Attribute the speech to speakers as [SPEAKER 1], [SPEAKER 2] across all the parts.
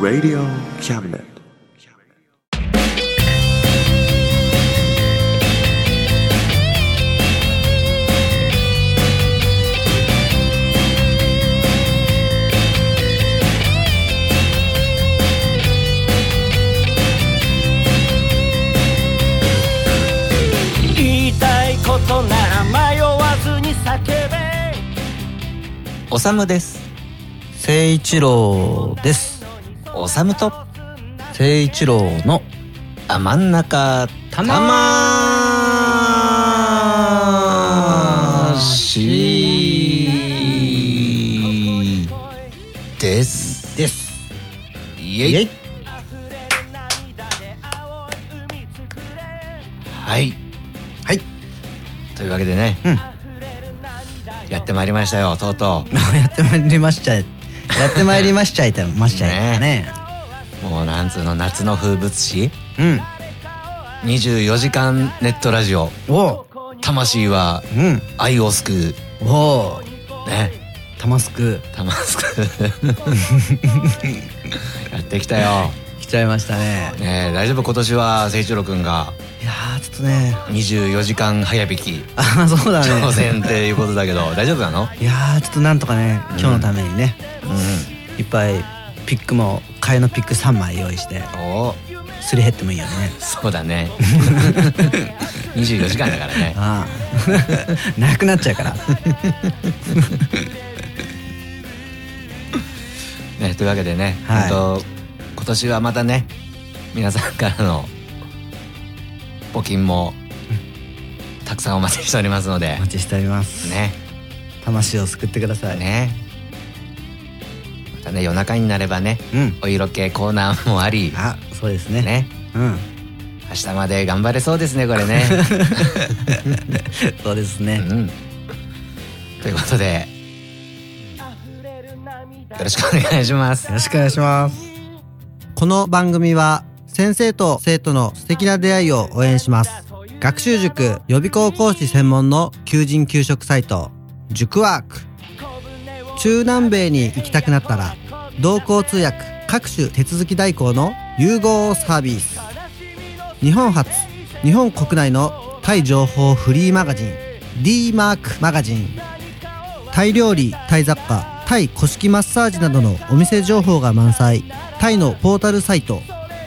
[SPEAKER 1] Radio Cabinet.
[SPEAKER 2] 言いたいことなら迷わずに叫べ
[SPEAKER 3] おさむです
[SPEAKER 4] 誠一郎です
[SPEAKER 3] おさむと
[SPEAKER 4] 誠一郎の
[SPEAKER 3] あ真ん中
[SPEAKER 4] た
[SPEAKER 3] ま
[SPEAKER 4] ま
[SPEAKER 3] しです
[SPEAKER 4] です
[SPEAKER 3] イ
[SPEAKER 4] イ
[SPEAKER 3] エ
[SPEAKER 4] エ
[SPEAKER 3] イ
[SPEAKER 4] イ
[SPEAKER 3] はいはいというわけでね、
[SPEAKER 4] うん
[SPEAKER 3] やってまいりましたよとうと
[SPEAKER 4] やってまいりましたやってまいりましたいたましたね
[SPEAKER 3] うもうなんつうの夏の風物詩
[SPEAKER 4] ね
[SPEAKER 3] 24時間ネットラジオ
[SPEAKER 4] うんおう
[SPEAKER 3] 魂は
[SPEAKER 4] うん
[SPEAKER 3] 愛を救う
[SPEAKER 4] おう
[SPEAKER 3] ね
[SPEAKER 4] タマスク
[SPEAKER 3] 玉すくやってきたよ、
[SPEAKER 4] 来ちゃいましたね
[SPEAKER 3] ねえ、大丈夫今年は誠一郎君が
[SPEAKER 4] いやーちょっとね
[SPEAKER 3] 24時間早引き
[SPEAKER 4] あーそうだ
[SPEAKER 3] 挑
[SPEAKER 4] ね
[SPEAKER 3] 戦っていうことだけど大丈夫なの
[SPEAKER 4] いやーちょっとなんとかね今日のためにね、
[SPEAKER 3] う
[SPEAKER 4] いっぱいピックも替えのピック3枚用意して
[SPEAKER 3] んお
[SPEAKER 4] すり減ってもいいよね
[SPEAKER 3] そうだね24時間だからね
[SPEAKER 4] ああ なくなっちゃうから
[SPEAKER 3] ねというわけでね、
[SPEAKER 4] はい
[SPEAKER 3] ほんと今年はまたね皆さんからの募金もたくさんお待ちしておりますので
[SPEAKER 4] お待ちしております
[SPEAKER 3] ね
[SPEAKER 4] 魂を救ってください
[SPEAKER 3] ねまたね夜中になればね
[SPEAKER 4] うん
[SPEAKER 3] お色気コーナーもあり
[SPEAKER 4] あそうですね
[SPEAKER 3] ね
[SPEAKER 4] うん
[SPEAKER 3] 明日まで頑張れそうですねこれね
[SPEAKER 4] そうです
[SPEAKER 3] う
[SPEAKER 4] ね、
[SPEAKER 3] んということでよろしくお願いします
[SPEAKER 4] よろしくお願いします
[SPEAKER 5] この番組は先生と生徒の素敵な出会いを応援します学習塾予備校講師専門の求人・給食サイト塾ワーク中南米に行きたくなったら同行通訳各種手続き代行の融合サービス日本初日本国内のタイ情報フリーマガジン d マークマガジンタイ料理タイ雑貨タイ古式マッサージなどのお店情報が満載タイのポータルサイト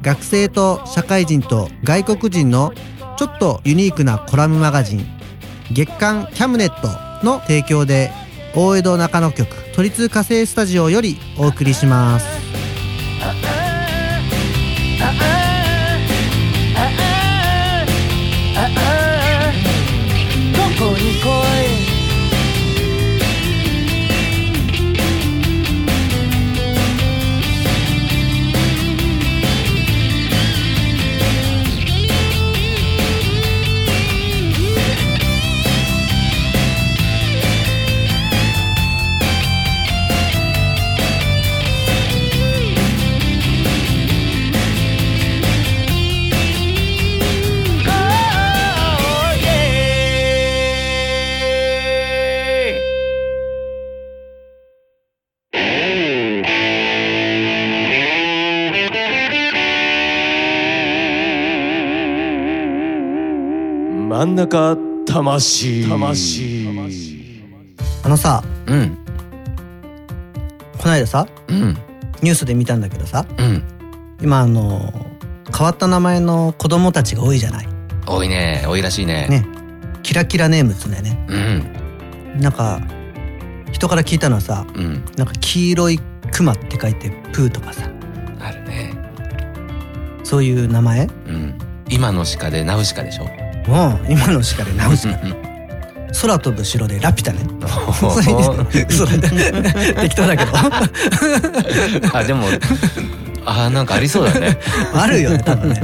[SPEAKER 5] 学生と社会人と外国人のちょっとユニークなコラムマガジン月刊キャムネットの提供で大江戸中野局都立火星スタジオよりお送りします
[SPEAKER 2] どこに来い
[SPEAKER 1] 真ん中魂魂
[SPEAKER 5] あのさ
[SPEAKER 3] うん
[SPEAKER 5] こないださ
[SPEAKER 3] うん
[SPEAKER 5] ニュースで見たんだけどさ
[SPEAKER 3] うん
[SPEAKER 5] 今あの変わった名前の子供たちが多いじゃない
[SPEAKER 3] 多いね多いらしいね
[SPEAKER 5] ねキラキラネームっつうんだよね
[SPEAKER 3] うん
[SPEAKER 5] なんか人から聞いたのはさ
[SPEAKER 3] うん
[SPEAKER 5] なんか黄色いクマって書いてプーとかさ
[SPEAKER 3] あるね
[SPEAKER 5] そういう名前
[SPEAKER 3] うん今の鹿でナウシカでしょ
[SPEAKER 5] もう今のしかで直し
[SPEAKER 3] う
[SPEAKER 5] か
[SPEAKER 3] ん
[SPEAKER 5] 空飛ぶ城でラピュタね。
[SPEAKER 3] おー
[SPEAKER 5] そうだ適当だけ ど。
[SPEAKER 3] あ でもあーなんかありそうだね
[SPEAKER 5] あるよね、 多分ね。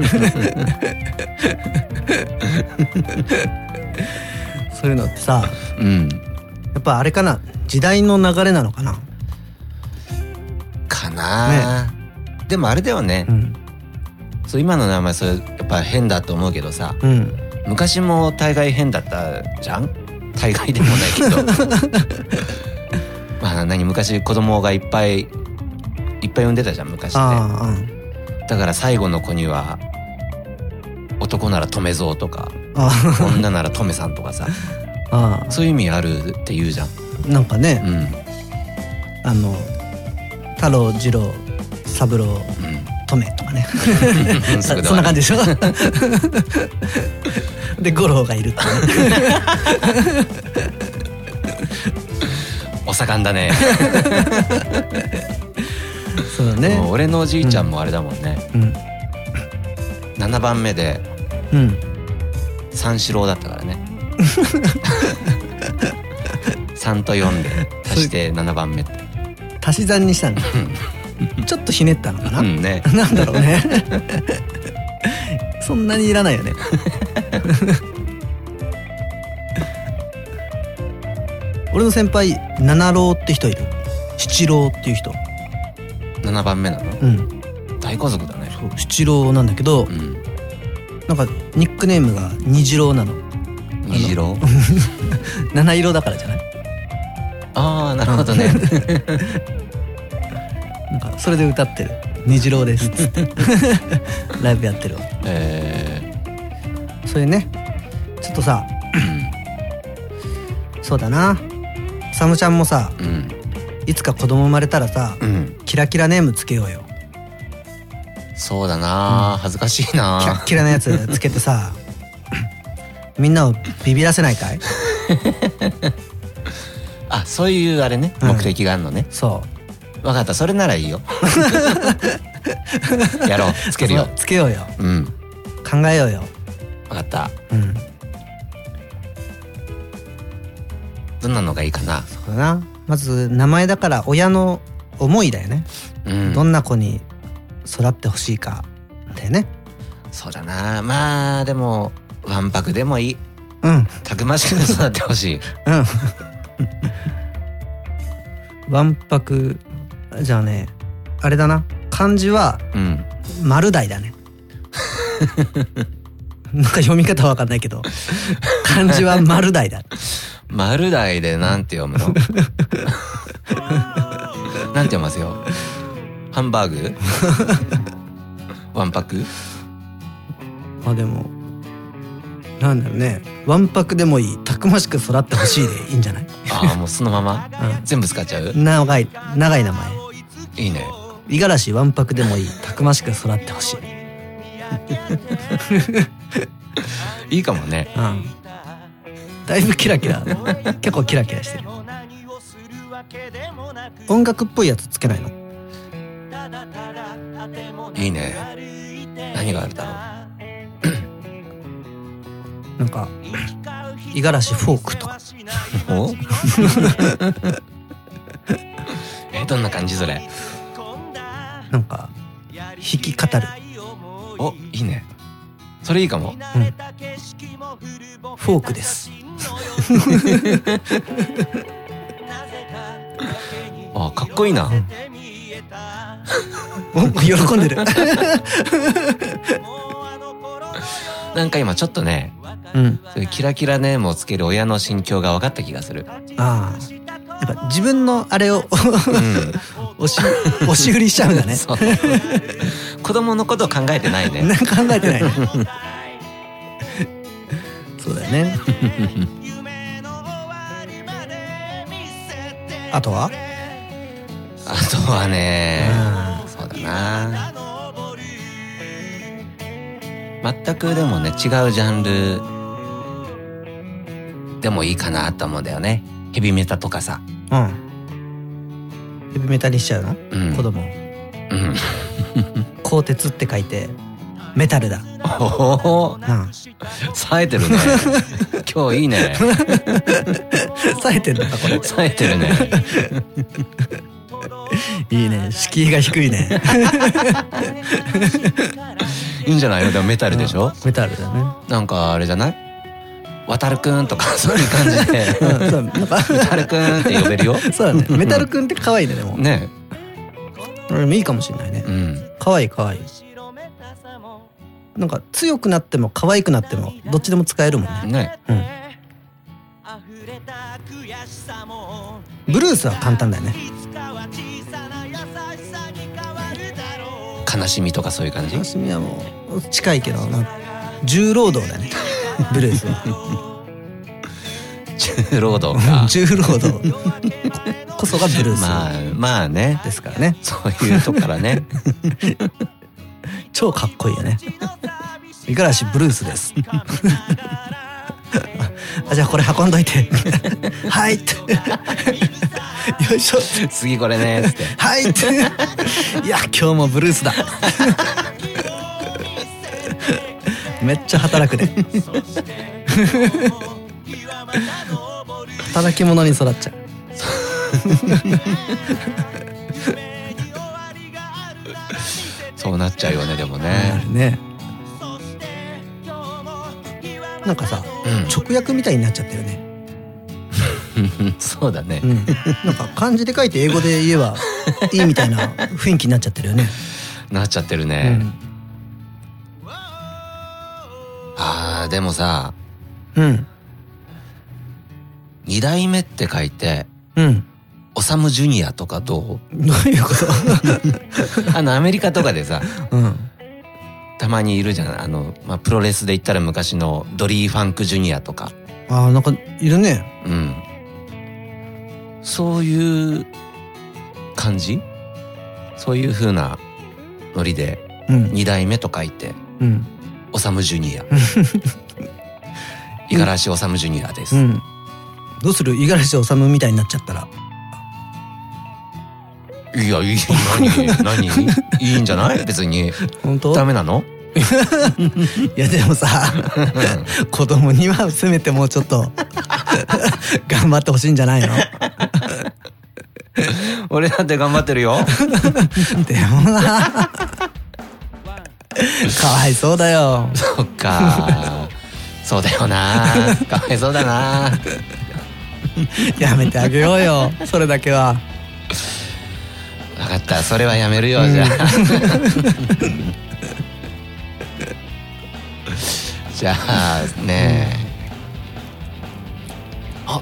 [SPEAKER 5] そういうのってさ、
[SPEAKER 3] うん
[SPEAKER 5] やっぱあれかな、時代の流れなのかな。
[SPEAKER 3] かな、でもあれだよね、
[SPEAKER 5] うん。
[SPEAKER 3] そう今の名前それやっぱ変だと思うけどさ
[SPEAKER 5] うん。
[SPEAKER 3] 昔も大概変だったじゃん大概でもない けどまあ何昔子供がいっぱいいっぱい産んでたじゃん昔って
[SPEAKER 5] あ
[SPEAKER 3] だから最後の子には男なら留蔵と か
[SPEAKER 5] あ、あ
[SPEAKER 3] 女ならトメさんとかさ
[SPEAKER 5] あ、あ
[SPEAKER 3] そういう意味あるって言うじゃん。
[SPEAKER 5] あ、 なんかね
[SPEAKER 3] う、ん、うん、
[SPEAKER 5] あの、太郎、次郎、三郎、トメとかね。
[SPEAKER 3] そ
[SPEAKER 5] そ
[SPEAKER 3] れで
[SPEAKER 5] そんな感
[SPEAKER 3] は
[SPEAKER 5] じでしょで、五郎がいるって ね。
[SPEAKER 3] お盛んだ ね。
[SPEAKER 5] そうだ
[SPEAKER 3] もう
[SPEAKER 5] ね。
[SPEAKER 3] 俺のおじいちゃんもあれだもんね。
[SPEAKER 5] うん。
[SPEAKER 3] 七番目で
[SPEAKER 5] うん。
[SPEAKER 3] 三四郎だったからね。 三と四で足して七番目って。
[SPEAKER 5] 足し算にした んだ。ちょっとひねったのかな。
[SPEAKER 3] うんね。
[SPEAKER 5] なんだろうね。そんなにいらないよね。 俺の先輩七郎って人いる。七郎っていう人。
[SPEAKER 3] 七番目なの。
[SPEAKER 5] うん。
[SPEAKER 3] 大家族だね。
[SPEAKER 5] 七郎なんだけど
[SPEAKER 3] う、ん。
[SPEAKER 5] なんかニックネームが虹郎なの。
[SPEAKER 3] 虹 郎。
[SPEAKER 5] 七色だからじゃない。
[SPEAKER 3] ああ、なるほどね。
[SPEAKER 5] なんかそれで歌ってる。虹郎 ですっつって。ライブやってるわ。
[SPEAKER 3] え
[SPEAKER 5] それねちょっとさそうだなサムちゃんもさ
[SPEAKER 3] ー、うん。
[SPEAKER 5] いつか子供生まれたらさ
[SPEAKER 3] うん。
[SPEAKER 5] キラキラネームつけようよ
[SPEAKER 3] そうだな、恥ずかしい
[SPEAKER 5] キラ
[SPEAKER 3] な
[SPEAKER 5] ッキラなやつつけてさみんなをビビらせないかい
[SPEAKER 3] あそういうあれね
[SPEAKER 5] うん
[SPEAKER 3] 目的があるのね、
[SPEAKER 5] そ
[SPEAKER 3] わかったそれなら いいよやろうつ
[SPEAKER 5] う
[SPEAKER 3] けるよ
[SPEAKER 5] そうつけようよ
[SPEAKER 3] うん
[SPEAKER 5] 考えようよ
[SPEAKER 3] わかった
[SPEAKER 5] うん
[SPEAKER 3] どんなのがいいかな
[SPEAKER 5] そうだなまず名前だから親の思いだよね、
[SPEAKER 3] うん
[SPEAKER 5] どんな子に育ってほしいかだよね
[SPEAKER 3] そうだなまあでもわんぱくでもいい
[SPEAKER 5] うん
[SPEAKER 3] たくましく育ってほしい
[SPEAKER 5] うん。わんぱく、じゃあね、あれだな。漢字は、
[SPEAKER 3] うん
[SPEAKER 5] 丸大だね。 なんか読み方わかんないけど、漢字は丸大だ。
[SPEAKER 3] 丸大でなんて読む のなんて読ますよハンバーグわんぱく
[SPEAKER 5] まあでも、なんだろうね。わんぱくでもいい。たくましく育ってほしいでいいんじゃない
[SPEAKER 3] ああもうそのまま
[SPEAKER 5] う。
[SPEAKER 3] 全部使っちゃうん
[SPEAKER 5] 長い、長い名前。
[SPEAKER 3] いいね
[SPEAKER 5] 五十嵐わんぱくでもいい。たくましく育ってほしい。
[SPEAKER 3] いいかもね
[SPEAKER 5] うん。だいぶキラキ ラ。結構キラキラしてる。音楽っぽいやつつけないの
[SPEAKER 3] いいね何があるだろう
[SPEAKER 5] なんか、五十嵐フォークとか。
[SPEAKER 3] お えどんな感じそれ
[SPEAKER 5] なんか、弾き語る。
[SPEAKER 3] おいいねそれいいかも
[SPEAKER 5] フォー クです。
[SPEAKER 3] あかっこいいな、
[SPEAKER 5] お喜んでる。
[SPEAKER 3] なんか今ちょっとね
[SPEAKER 5] うん。
[SPEAKER 3] そういうキラキラネームをつける親の心境が分かった気が する
[SPEAKER 5] ああ。やっぱ自分のあれを
[SPEAKER 3] う
[SPEAKER 5] 押し、押し売りしちゃうんだね
[SPEAKER 3] ん。そう 子供のことを考えてないね
[SPEAKER 5] なんか考えて ないね。そうだよね。あとは
[SPEAKER 3] あとはね
[SPEAKER 5] う
[SPEAKER 3] そうだ な全くでもね違うジャンルでもいいかなと思うんだよねヘビメタとかさ、
[SPEAKER 5] うん。ヘビメタにしちゃうの、
[SPEAKER 3] うん、
[SPEAKER 5] 子供を。
[SPEAKER 3] うん
[SPEAKER 5] 鋼鉄って書いて、メタルだ。
[SPEAKER 3] おお
[SPEAKER 5] うん。
[SPEAKER 3] 冴えてるね今日いいね。
[SPEAKER 5] 冴えてんだなこれ
[SPEAKER 3] 冴えてるね。
[SPEAKER 5] いいね敷居が低いね
[SPEAKER 3] いいんじゃないのでもメタルでしょ
[SPEAKER 5] メタルだね
[SPEAKER 3] なんかあれじゃない渡るくんとか そういう感じで
[SPEAKER 5] うんそうなんか
[SPEAKER 3] 渡るくんって呼べるよ
[SPEAKER 5] そうだねメタルくんって可愛いねでも
[SPEAKER 3] ね
[SPEAKER 5] 俺もいいかもしれないね
[SPEAKER 3] うん
[SPEAKER 5] 可愛い可愛いなんか強くなっても可愛くなってもどっちでも使えるもんね
[SPEAKER 3] ね
[SPEAKER 5] ブルースは簡単だ よね
[SPEAKER 3] 悲しみとかそういう感じ
[SPEAKER 5] 楽しみはもう近いけどなんか重労働だねブルース は
[SPEAKER 3] 重労働か
[SPEAKER 5] 重労 働ここそがブルース、
[SPEAKER 3] まあまあね
[SPEAKER 5] ですからね
[SPEAKER 3] そういうとこから ね
[SPEAKER 5] 超かっこいいよね五十嵐ブルースです あじゃあこれ運んどいて はいって よいしょって
[SPEAKER 3] 次これねつって
[SPEAKER 5] はいって いや今日もブルースだ めっちゃ働くね 働き者に育っちゃう
[SPEAKER 3] そうなっちゃうよねでも
[SPEAKER 5] な
[SPEAKER 3] ね
[SPEAKER 5] るねなんかさ、
[SPEAKER 3] うん
[SPEAKER 5] 直訳みたいになっちゃったよね、
[SPEAKER 3] そうだね
[SPEAKER 5] うん、 なんか漢字で書いて英語で言えばいいみたいな雰囲気になっちゃってるよね、
[SPEAKER 3] なっちゃってる
[SPEAKER 5] う
[SPEAKER 3] ね
[SPEAKER 5] ん
[SPEAKER 3] あーでもさ
[SPEAKER 5] うん
[SPEAKER 3] 二代目って書いて
[SPEAKER 5] うん
[SPEAKER 3] オサムジュニアとかどう
[SPEAKER 5] どういうこ
[SPEAKER 3] あのアメリカとかで さ
[SPEAKER 5] と、うん、
[SPEAKER 3] たまにいるじゃんあの、まあ、プロレスで言ったら昔のドリー・ファンク・ジュニアとか、
[SPEAKER 5] あーなんかいるね
[SPEAKER 3] うん、そういう感じそういう風なノリで
[SPEAKER 5] うん
[SPEAKER 3] 二代目と書いて
[SPEAKER 5] うん
[SPEAKER 3] オサム・ジュニア五十嵐オサム・ジュニアです、
[SPEAKER 5] うんどうする五十嵐治みたいになっちゃったら
[SPEAKER 3] いやいい何何いいんじゃない別に
[SPEAKER 5] 本当
[SPEAKER 3] ダメなの
[SPEAKER 5] いやで もさ子供にはせめてもうちょっと頑張ってほしいんじゃないの
[SPEAKER 3] 俺だって頑張ってるよ
[SPEAKER 5] でも なかわいそうだよ
[SPEAKER 3] そっかそうだよなかわいそうだな
[SPEAKER 5] やめてあげようよ それだけは
[SPEAKER 3] 分かったそれはやめるよ、 じゃあじゃあねえ、あ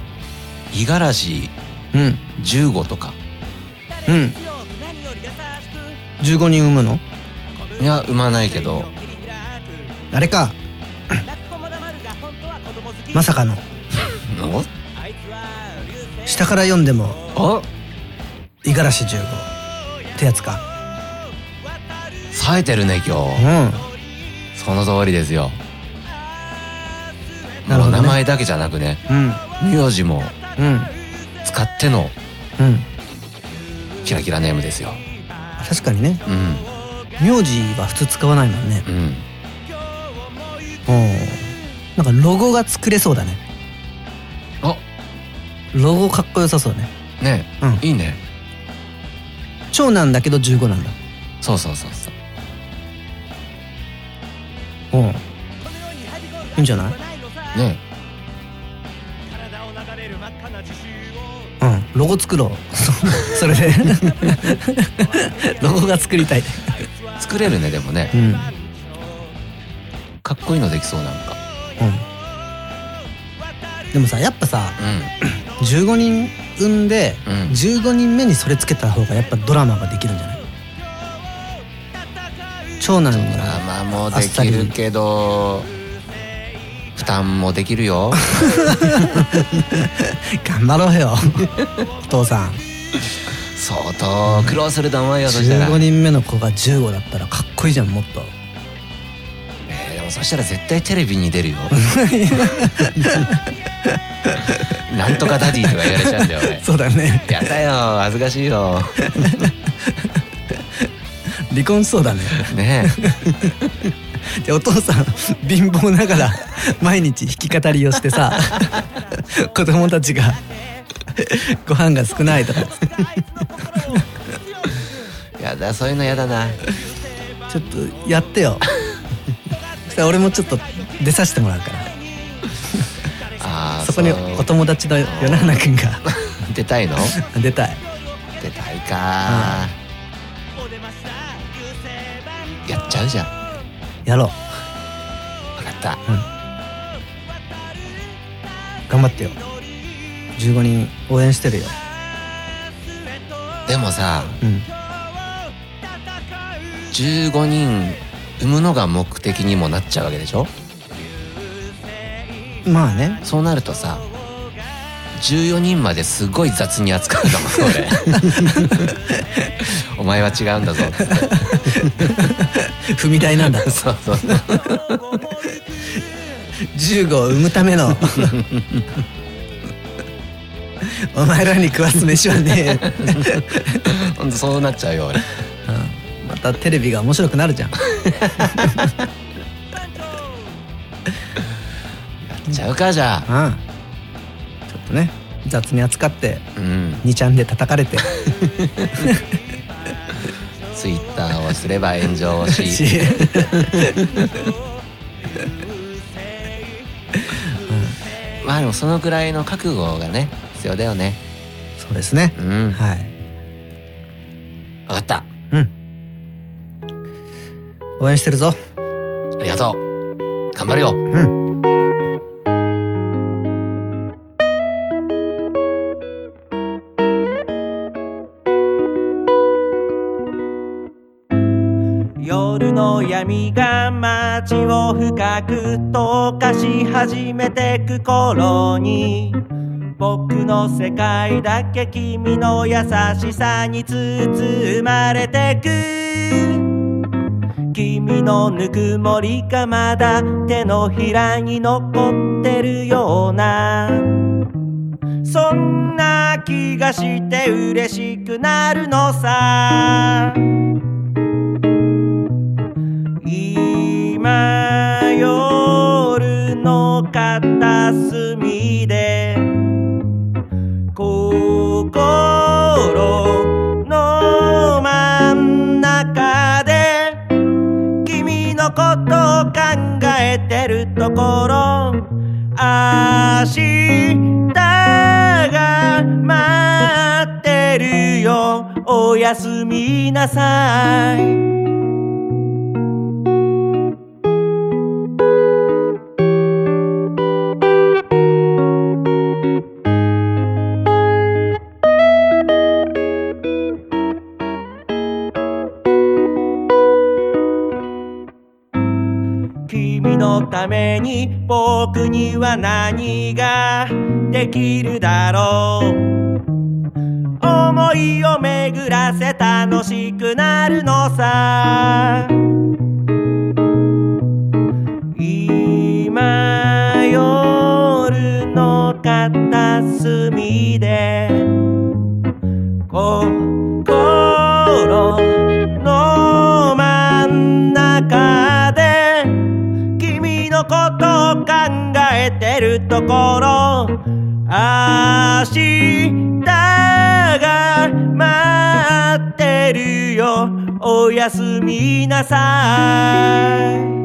[SPEAKER 3] 五十嵐
[SPEAKER 5] うん
[SPEAKER 3] 15とか
[SPEAKER 5] うん15人産むの
[SPEAKER 3] いや産まないけど
[SPEAKER 5] あれ かまさかの
[SPEAKER 3] の
[SPEAKER 5] 下から読んでも
[SPEAKER 3] あ
[SPEAKER 5] 五十嵐15ってやつか
[SPEAKER 3] 冴えてるね今
[SPEAKER 5] うん
[SPEAKER 3] 日その通りですよ
[SPEAKER 5] なるほどね
[SPEAKER 3] もう名前だけじゃなくね
[SPEAKER 5] うん
[SPEAKER 3] 名字も
[SPEAKER 5] うん
[SPEAKER 3] 使っての
[SPEAKER 5] うん
[SPEAKER 3] キラキラネームですよ
[SPEAKER 5] 確かにね
[SPEAKER 3] うん
[SPEAKER 5] 名字は普通使わないもんね
[SPEAKER 3] うん
[SPEAKER 5] うんなんかロゴが作れそうだね
[SPEAKER 3] あ
[SPEAKER 5] ロゴかっこよさそうね
[SPEAKER 3] ねえ、
[SPEAKER 5] うん
[SPEAKER 3] いいね
[SPEAKER 5] 長男だけど15なんだ
[SPEAKER 3] そうそうそうそう
[SPEAKER 5] うんいいんじゃない
[SPEAKER 3] ね
[SPEAKER 5] うんロゴ作ろう それでロゴが作りたい
[SPEAKER 3] え作れるねでもね
[SPEAKER 5] うんうん
[SPEAKER 3] かっこいいのできそうなんか
[SPEAKER 5] でもさやっぱさ
[SPEAKER 3] う
[SPEAKER 5] 15人産んで
[SPEAKER 3] んうん
[SPEAKER 5] 15人目にそれつけた方がやっぱドラマができるんじゃない長男
[SPEAKER 3] まあ
[SPEAKER 5] が
[SPEAKER 3] まあもうできるけど負担もできる よ
[SPEAKER 5] 頑張ろう よお父さん
[SPEAKER 3] 相当苦労すると思うよそしたら
[SPEAKER 5] 15人目の子が15だったらかっこいいじゃんもっと
[SPEAKER 3] えーでもそしたら絶対テレビに 出るよなんとかダディとか言われちゃうんだよ 俺
[SPEAKER 5] そうだね
[SPEAKER 3] やだよ恥ずかしいよ
[SPEAKER 5] 離婚しそうだね
[SPEAKER 3] ね
[SPEAKER 5] でお父さん貧乏ながら毎日弾き語りをして さ子供たちがご飯が少ないとか
[SPEAKER 3] やだそういうのやだな
[SPEAKER 5] ちょっとやってよそしたら俺もちょっと出させてもらうから
[SPEAKER 3] あー
[SPEAKER 5] そこに
[SPEAKER 3] う
[SPEAKER 5] お友達の与那原君が
[SPEAKER 3] 出たいの
[SPEAKER 5] 出たい
[SPEAKER 3] 出たいかやっちゃうじゃん
[SPEAKER 5] やろう
[SPEAKER 3] 分かった
[SPEAKER 5] 頑張ってよ15人応援してるよ
[SPEAKER 3] でもさ
[SPEAKER 5] うん
[SPEAKER 3] 15人産むのが目的にもなっちゃうわけでしょ
[SPEAKER 5] まあね
[SPEAKER 3] そうなるとさ14人まですごい雑に扱うんだもん俺お前は違うんだぞ っつって
[SPEAKER 5] 踏み台なんだ
[SPEAKER 3] そうそうそう
[SPEAKER 5] 15を生むた めのお前らに食わす飯はね
[SPEAKER 3] ほんとそうなっちゃうよ俺
[SPEAKER 5] えまたテレビが面白くなるじゃん
[SPEAKER 3] やっちゃうかじゃあ
[SPEAKER 5] ああちょっとね雑に扱って
[SPEAKER 3] うん
[SPEAKER 5] 2ちゃんで叩かれて
[SPEAKER 3] ツイッターをすれば炎上し
[SPEAKER 5] し
[SPEAKER 3] まあでもそのくらいの覚悟がね必要だよね
[SPEAKER 5] そうですね
[SPEAKER 3] うん分
[SPEAKER 5] はい
[SPEAKER 3] かった
[SPEAKER 5] 応援してるぞ
[SPEAKER 3] ありがとう頑張るよ
[SPEAKER 2] 夜の闇が街を深く溶かし始めてく頃に僕の世界だけ君の優しさに包まれてく君のぬくもりがまだ手のひらに残ってるようなそんな気がして嬉しくなるのさ今夜の片隅で心の真ん中で君のことを考えてるところ明日が待ってるよおやすみなさい君のために僕には何ができるだろう思いを巡らせ楽しくなるのさ今夜の片隅で心の真ん中で君のことを考えてるところ明日が待ってるよおやすみなさい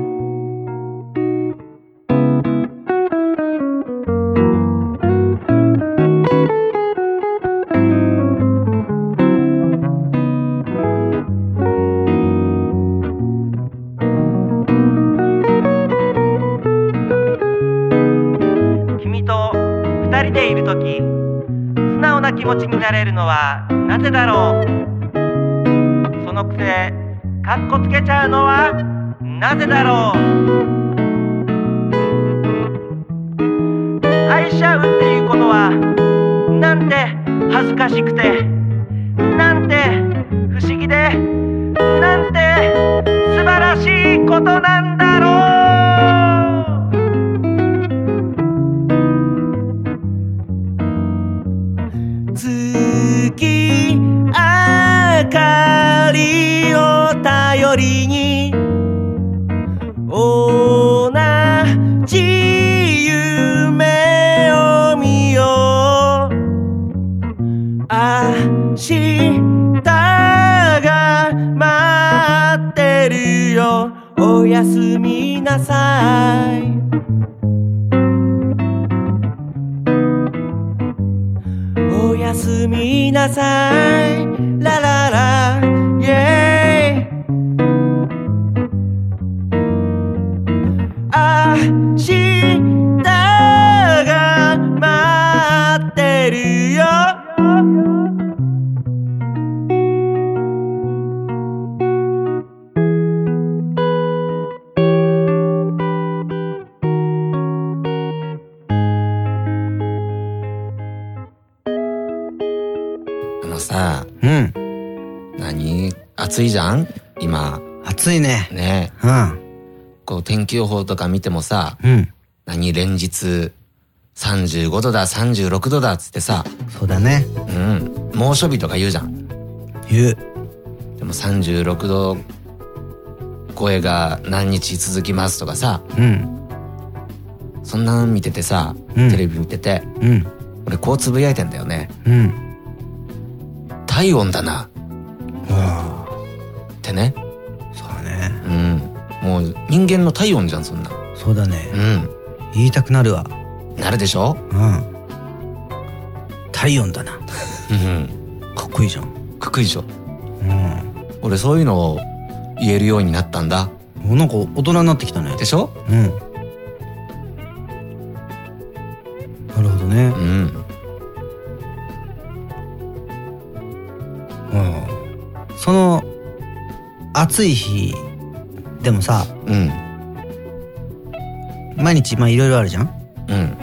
[SPEAKER 2] 君と二人でいるとき素直な気持ちになれるのはなぜだろうそのくせかっこつけちゃうのはなぜだろう愛し合うっていうことはなんて恥ずかしくてなんて不思議でなんて素晴らしいことなんだろう月明かりを頼りに同じ夢を見よう明日が待ってるよおやすみなさいおやすみなさいララライェイ明日が待ってるよ
[SPEAKER 3] あのさ
[SPEAKER 5] うん。
[SPEAKER 3] 何暑いじゃん今
[SPEAKER 5] 暑いね。
[SPEAKER 3] ね
[SPEAKER 5] うん。
[SPEAKER 3] こう天気予報とか見てもさ
[SPEAKER 5] うん。
[SPEAKER 3] 何連日35度だ36度だっつってさ、
[SPEAKER 5] そうだね。
[SPEAKER 3] うん、猛暑日とか言うじゃん
[SPEAKER 5] 言う。
[SPEAKER 3] でも36度声が何日続きますとかさ
[SPEAKER 5] うん。
[SPEAKER 3] そんなん見ててさ、
[SPEAKER 5] うん
[SPEAKER 3] テレビ見てて
[SPEAKER 5] うん。
[SPEAKER 3] 俺こうつぶやいてんだよね
[SPEAKER 5] うん。
[SPEAKER 3] 体温だな
[SPEAKER 5] あ
[SPEAKER 3] ってね
[SPEAKER 5] あ、そうだね。
[SPEAKER 3] うんもう人間の体温じゃんそんな
[SPEAKER 5] そうだね
[SPEAKER 3] う。ん
[SPEAKER 5] 言いたくなるわ。
[SPEAKER 3] なるでしょ
[SPEAKER 5] うん。体温だな。
[SPEAKER 3] うん
[SPEAKER 5] かっこいいじゃん。
[SPEAKER 3] かっこいいでしょ
[SPEAKER 5] う
[SPEAKER 3] 俺そういうのを言えるようになったんだ
[SPEAKER 5] ん。なんか大人になってきたね
[SPEAKER 3] で。しょ
[SPEAKER 5] うん。なるほどね
[SPEAKER 3] う。ん
[SPEAKER 5] うん。その暑い日でもさ、
[SPEAKER 3] うん
[SPEAKER 5] 毎日まあいろいろあるじゃん。
[SPEAKER 3] うん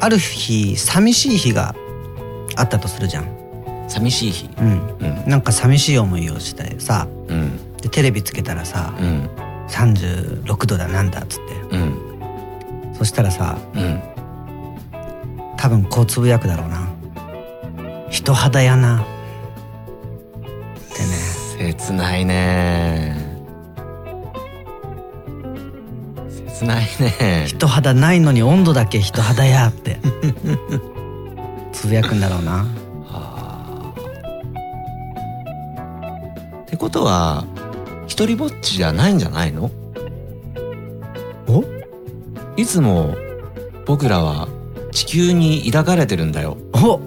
[SPEAKER 5] ある日寂しい日があったとするじゃん。
[SPEAKER 3] 寂しい日
[SPEAKER 5] うん。
[SPEAKER 3] うん
[SPEAKER 5] なんか寂しい思いをしてさ、
[SPEAKER 3] うん
[SPEAKER 5] でテレビつけたらさ、
[SPEAKER 3] うん
[SPEAKER 5] 36度だなんだっつって。
[SPEAKER 3] うん
[SPEAKER 5] そしたらさ、
[SPEAKER 3] うん
[SPEAKER 5] 多分こうつぶやくだろうな人肌やなってね
[SPEAKER 3] 切ないね切ないね
[SPEAKER 5] 人肌ないのに温度だけ人肌やってつぶやくんだろうな
[SPEAKER 3] ってことは一人ぼっちじゃないんじゃないの
[SPEAKER 5] お
[SPEAKER 3] いつも僕らは地球に抱かれてるんだよ
[SPEAKER 5] お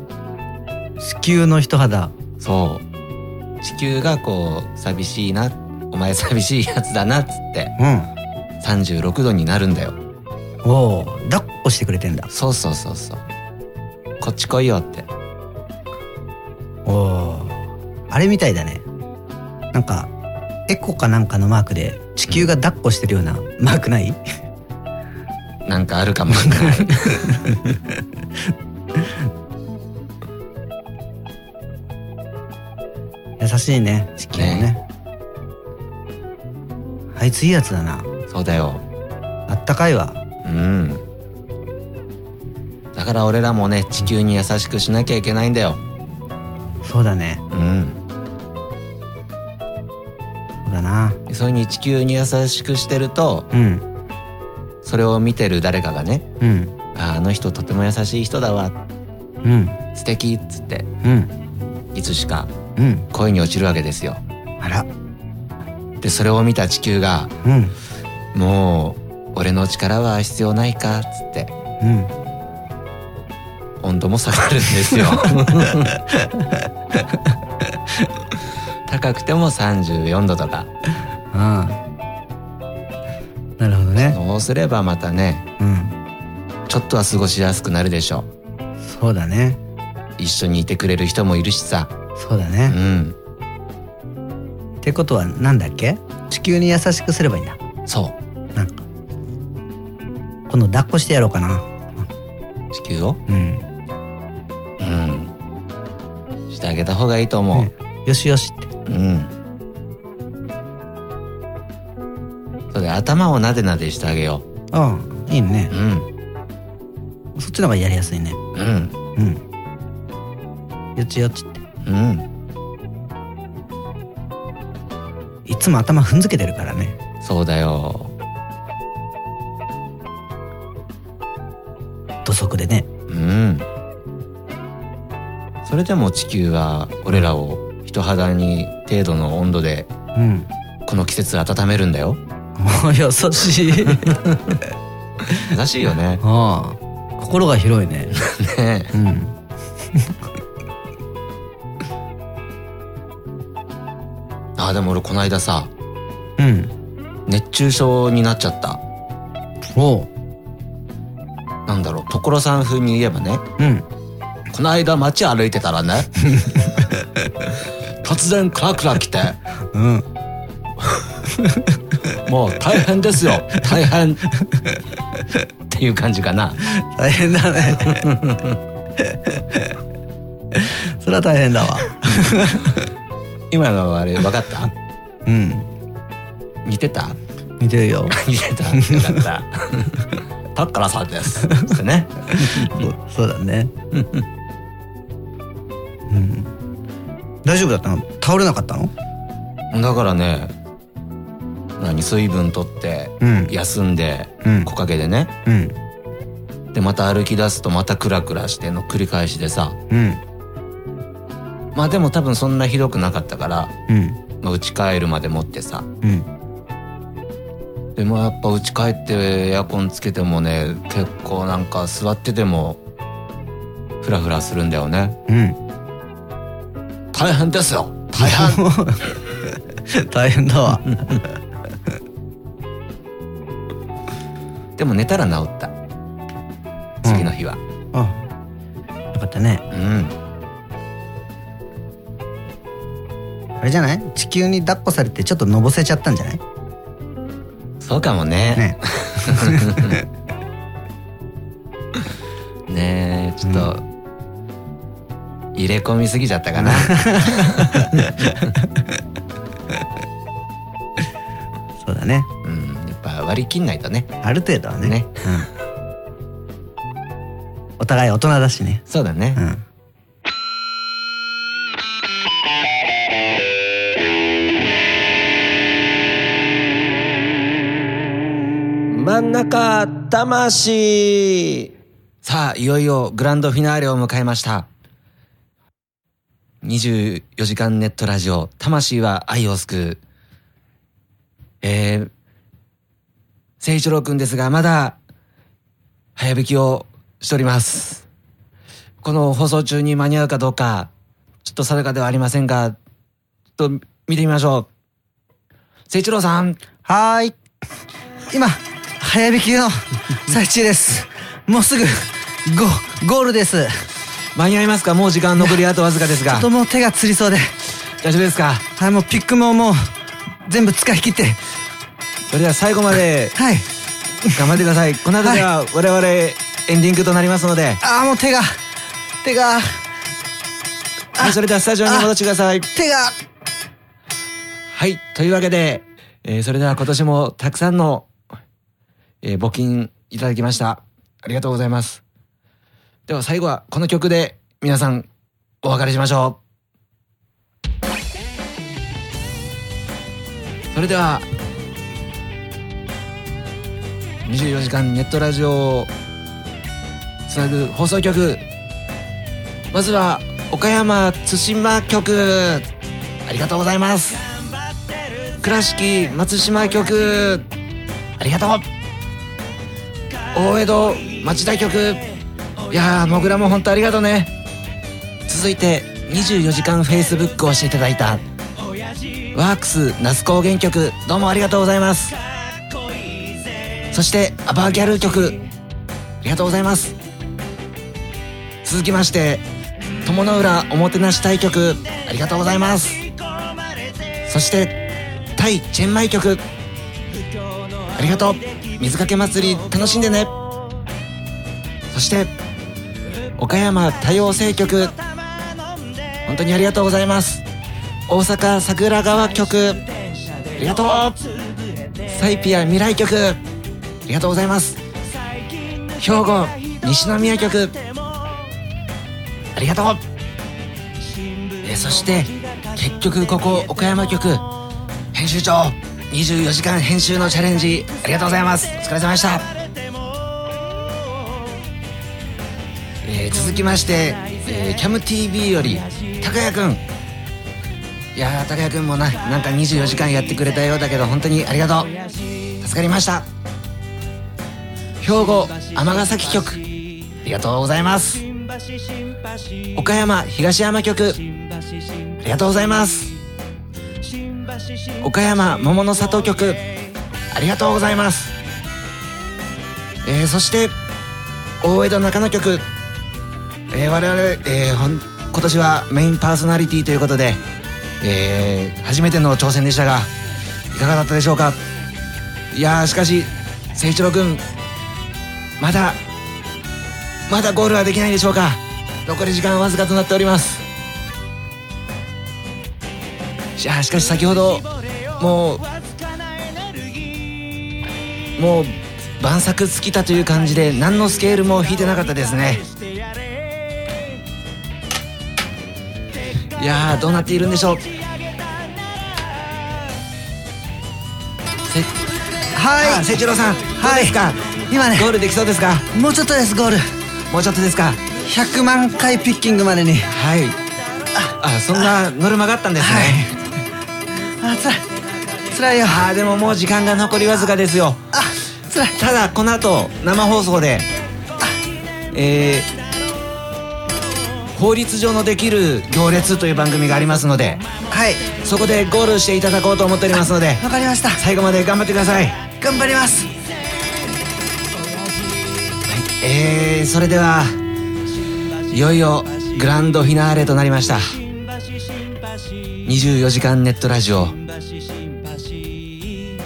[SPEAKER 5] 地球の人肌
[SPEAKER 3] そう地球がこう寂しいなお前寂しいやつだなっつって
[SPEAKER 5] うん
[SPEAKER 3] 36度になるんだよ
[SPEAKER 5] おお抱っこしてくれてんだ
[SPEAKER 3] そうそうそうそうこっち来いよって
[SPEAKER 5] おおあれみたいだねなんかエコかなんかのマークで地球が抱っこしてるようなマークない、
[SPEAKER 3] なんかあるかもしれない
[SPEAKER 5] 優しいね地球もね
[SPEAKER 3] ね
[SPEAKER 5] あいついいやつだな
[SPEAKER 3] そうだよ
[SPEAKER 5] あったかいわ
[SPEAKER 3] うんだから俺らもね地球に優しくしなきゃいけないんだよ
[SPEAKER 5] そうだね
[SPEAKER 3] うん
[SPEAKER 5] そうだな
[SPEAKER 3] そういうふうに地球に優しくしてると
[SPEAKER 5] うん
[SPEAKER 3] それを見てる誰かがね
[SPEAKER 5] うん
[SPEAKER 3] ああの人とても優しい人だわ
[SPEAKER 5] うん
[SPEAKER 3] 素敵っつって
[SPEAKER 5] うん
[SPEAKER 3] いつしか
[SPEAKER 5] うん
[SPEAKER 3] 恋に落ちるわけですよ
[SPEAKER 5] あら
[SPEAKER 3] でそれを見た地球が
[SPEAKER 5] うん
[SPEAKER 3] もう俺の力は必要ないかっつって
[SPEAKER 5] うん
[SPEAKER 3] 温度も下がるんですよ高くても34度とか
[SPEAKER 5] ああなるほどね
[SPEAKER 3] そうすればまたね
[SPEAKER 5] うん
[SPEAKER 3] ちょっとは過ごしやすくなるでしょう
[SPEAKER 5] そうだね
[SPEAKER 3] 一緒にいてくれる人もいるしさ
[SPEAKER 5] そうだ
[SPEAKER 3] う
[SPEAKER 5] ね、
[SPEAKER 3] ん
[SPEAKER 5] ってことはなんだっけ地球に優しくすればいいんだ
[SPEAKER 3] そ
[SPEAKER 5] なんか今度抱っこしてやろうかな
[SPEAKER 3] う地球を
[SPEAKER 5] うん
[SPEAKER 3] うんしてあげた方がいいと思う、
[SPEAKER 5] ねよしよしっ
[SPEAKER 3] う
[SPEAKER 5] て
[SPEAKER 3] ん。それで頭をなでなでしてあげよ
[SPEAKER 5] うんいいね
[SPEAKER 3] う。うん。
[SPEAKER 5] そっちの方がやりやすいね
[SPEAKER 3] うん。
[SPEAKER 5] うんよちよちって
[SPEAKER 3] うん。
[SPEAKER 5] いつも頭踏んづけてるからね
[SPEAKER 3] そうだよ。
[SPEAKER 4] 足でね
[SPEAKER 3] うんそれでも地球は俺らを人肌に程度の温度で
[SPEAKER 4] うん
[SPEAKER 3] この季節温めるんだよ
[SPEAKER 5] もう 優しい
[SPEAKER 3] 優しいよね
[SPEAKER 4] ああ心が広いね
[SPEAKER 3] ね
[SPEAKER 4] うん
[SPEAKER 3] あでも俺この間さ
[SPEAKER 4] うん
[SPEAKER 3] 熱中症になっちゃった
[SPEAKER 4] おう
[SPEAKER 3] なんだろう所さん風に言えばね
[SPEAKER 4] うん
[SPEAKER 3] この間街歩いてたら ね突然クラクラ来て
[SPEAKER 4] うん
[SPEAKER 3] もう大変ですよ大変っていう感じかな
[SPEAKER 4] 大変だねそれは大変だわ
[SPEAKER 3] 今のあれ分かった
[SPEAKER 4] うん
[SPEAKER 3] 似てた
[SPEAKER 4] 似てるよ
[SPEAKER 3] 似てたよ かったタッカラさんですってね
[SPEAKER 4] そうそうだねうん大丈夫だったの倒れなかったの
[SPEAKER 3] だからね何水分取って
[SPEAKER 4] うん
[SPEAKER 3] 休んで
[SPEAKER 4] うん
[SPEAKER 3] 木陰でね
[SPEAKER 4] うん
[SPEAKER 3] でまた歩き出すとまたクラクラしての繰り返しでさ
[SPEAKER 4] うん
[SPEAKER 3] まあでも多分そんなひどくなかったから、
[SPEAKER 4] うん
[SPEAKER 3] まあ、家帰るまで持ってさ
[SPEAKER 4] うん
[SPEAKER 3] でもやっぱ家帰ってエアコンつけてもね結構なんか座っててもフラフラするんだよね
[SPEAKER 4] うん
[SPEAKER 3] 大変ですよ大 変
[SPEAKER 4] 大変だわ
[SPEAKER 3] でも寝たら治った次の日は
[SPEAKER 4] あよかったね
[SPEAKER 3] うん、
[SPEAKER 4] あれじゃない地球に抱っこされてちょっとのぼせちゃったんじゃない
[SPEAKER 3] そうかもね
[SPEAKER 4] ね
[SPEAKER 3] ねえちょっと、入れ込みすぎちゃったかな
[SPEAKER 4] そうだね
[SPEAKER 3] うんやっぱ割り切んないとね
[SPEAKER 4] ある程度はね
[SPEAKER 3] ね
[SPEAKER 4] うん、お互い大人だしね
[SPEAKER 3] そうだね
[SPEAKER 4] う、ん
[SPEAKER 2] 真ん中魂
[SPEAKER 3] さあいよいよグランドフィナーレを迎えました24時間ネットラジオ「魂は愛を救う」えー、誠一郎くんですがまだ早引きをしておりますこの放送中に間に合うかどうかちょっと定かではありませんがちょっと見てみましょう誠一郎さん
[SPEAKER 4] はーい今早引きの最中ですもうすぐゴゴールです
[SPEAKER 3] 間に合いますかもう時間残りあとわずかです
[SPEAKER 4] ちょ
[SPEAKER 3] が
[SPEAKER 4] っともう手がつりそうで
[SPEAKER 3] 大丈夫ですか
[SPEAKER 4] はいもうピックももう全部使い切って
[SPEAKER 3] それでは最後まで
[SPEAKER 4] はい
[SPEAKER 3] 頑張ってください。この後では我々エンディングとなりますので、
[SPEAKER 4] ああもう手が手が
[SPEAKER 3] はい、それではスタジオに戻ってください。
[SPEAKER 4] 手が
[SPEAKER 3] はい、というわけで、えーそれでは今年もたくさんの、えー募金いただきました。ありがとうございます。では最後はこの曲で皆さんお別れしましょう。それでは、24時間ネットラジオをつなぐ放送局、まずは岡山対馬局。ありがとうございます。倉敷松島局、ありがとう。大江戸町田局、いやー、もぐらも本当ありがとうね。続いて、24時間 Facebook をしていただいた、ワークス那須高原局、どうもありがとうございます。そして、アバーギャル局、ありがとうございます。続きまして、友の浦おもてなし対局ありがとうございますそしてタイチェンマイ局ありがとう水かけ祭り楽しんでねそして岡山多様性局本当にありがとうございます大阪桜川局ありがとうサイピア未来局ありがとうございます兵庫西宮局ありがとうえーそして結局ここ岡山局編集長24時間編集のチャレンジありがとうございますお疲れ様でした続きまして、えー、キャム TV より高谷くんいやー高谷くんもななんか24時間やってくれたようだけど本当にありがとう助かりました兵庫尼崎局ありがとうございます岡山東山局ありがとうございます岡山桃の里局ありがとうございますえー、そして大江戸中野局、えー、我々、えーほん今年はメインパーソナリティということで、えー初めての挑戦でしたがいかがだったでしょうかいやーしかし誠一郎君まだまだゴールはできないでしょうか残り時間わずかとなっておりますいやーしかし先ほどもうもう晩作尽きたという感じで何のスケールも引いてなかったですねいやーどうなっているんでしょうはい誠一郎さん、どうですか
[SPEAKER 5] 今ね
[SPEAKER 3] ゴールできそうですか
[SPEAKER 5] もうちょっとですゴール
[SPEAKER 3] もうちょっとですか
[SPEAKER 5] 100万回ピッキングまでに
[SPEAKER 3] はいあそんなノルマがあったんですね、
[SPEAKER 5] あつらいつらいよ
[SPEAKER 3] あーでももう時間が残りわずかですよ
[SPEAKER 5] あつらい
[SPEAKER 3] ただこの後生放送でえー法律上のできる行列という番組がありますので
[SPEAKER 5] はい
[SPEAKER 3] そこでゴールしていただこうと思っておりますので
[SPEAKER 5] わかりました
[SPEAKER 3] 最後まで頑張ってください
[SPEAKER 5] 頑張ります
[SPEAKER 3] えー、それではいよいよグランドフィナーレとなりました24時間ネットラジオ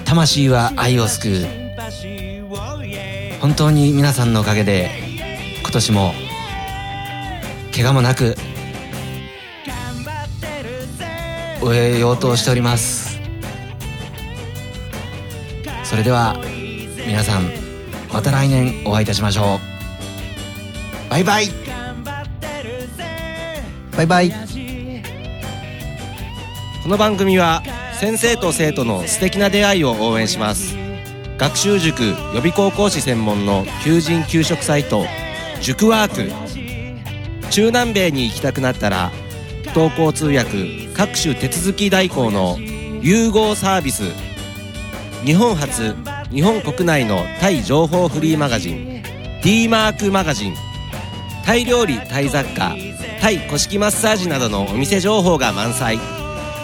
[SPEAKER 3] 魂は愛を救う本当に皆さんのおかげで今年も怪我もなく終えようとしておりますそれでは皆さんまた来年お会いいたしましょうバイバイ
[SPEAKER 6] バイバイ
[SPEAKER 1] この番組は先生と生徒の素敵な出会いを応援します学習塾予備高校師専門の求人・求職サイト塾ワーク中南米に行きたくなったら不登校通訳各種手続き代行の融合サービス日本初日本国内のタイ情報フリーマガジン d マークマガジンタイ料理タイ雑貨タイ古式マッサージなどのお店情報が満載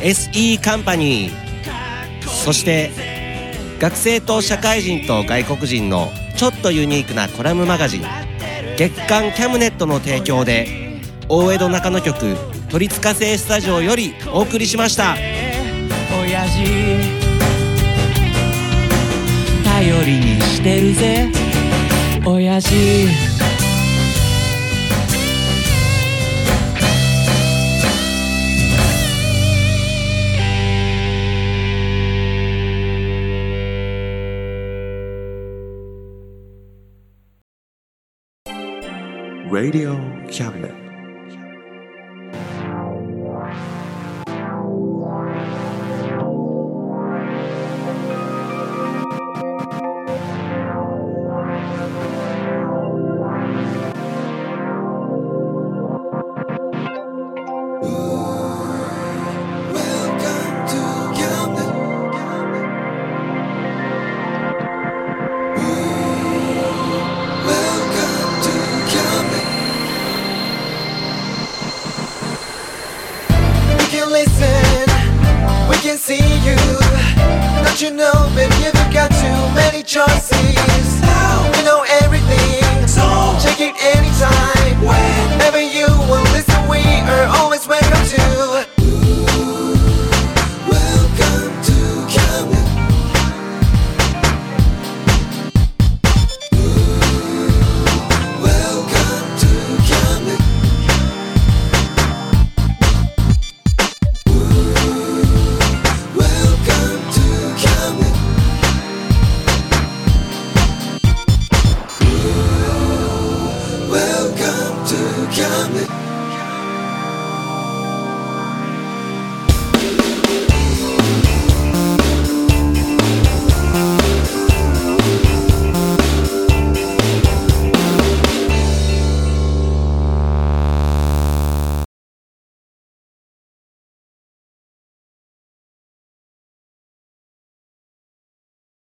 [SPEAKER 1] SE カンパニーそして学生と社会人と外国人のちょっとユニークなコラムマガジン月刊キャムネットの提供で大江戸中野局鳥塚製スタジオよりお送りしました
[SPEAKER 7] 親父頼りにしてるぜ親父
[SPEAKER 8] キャメ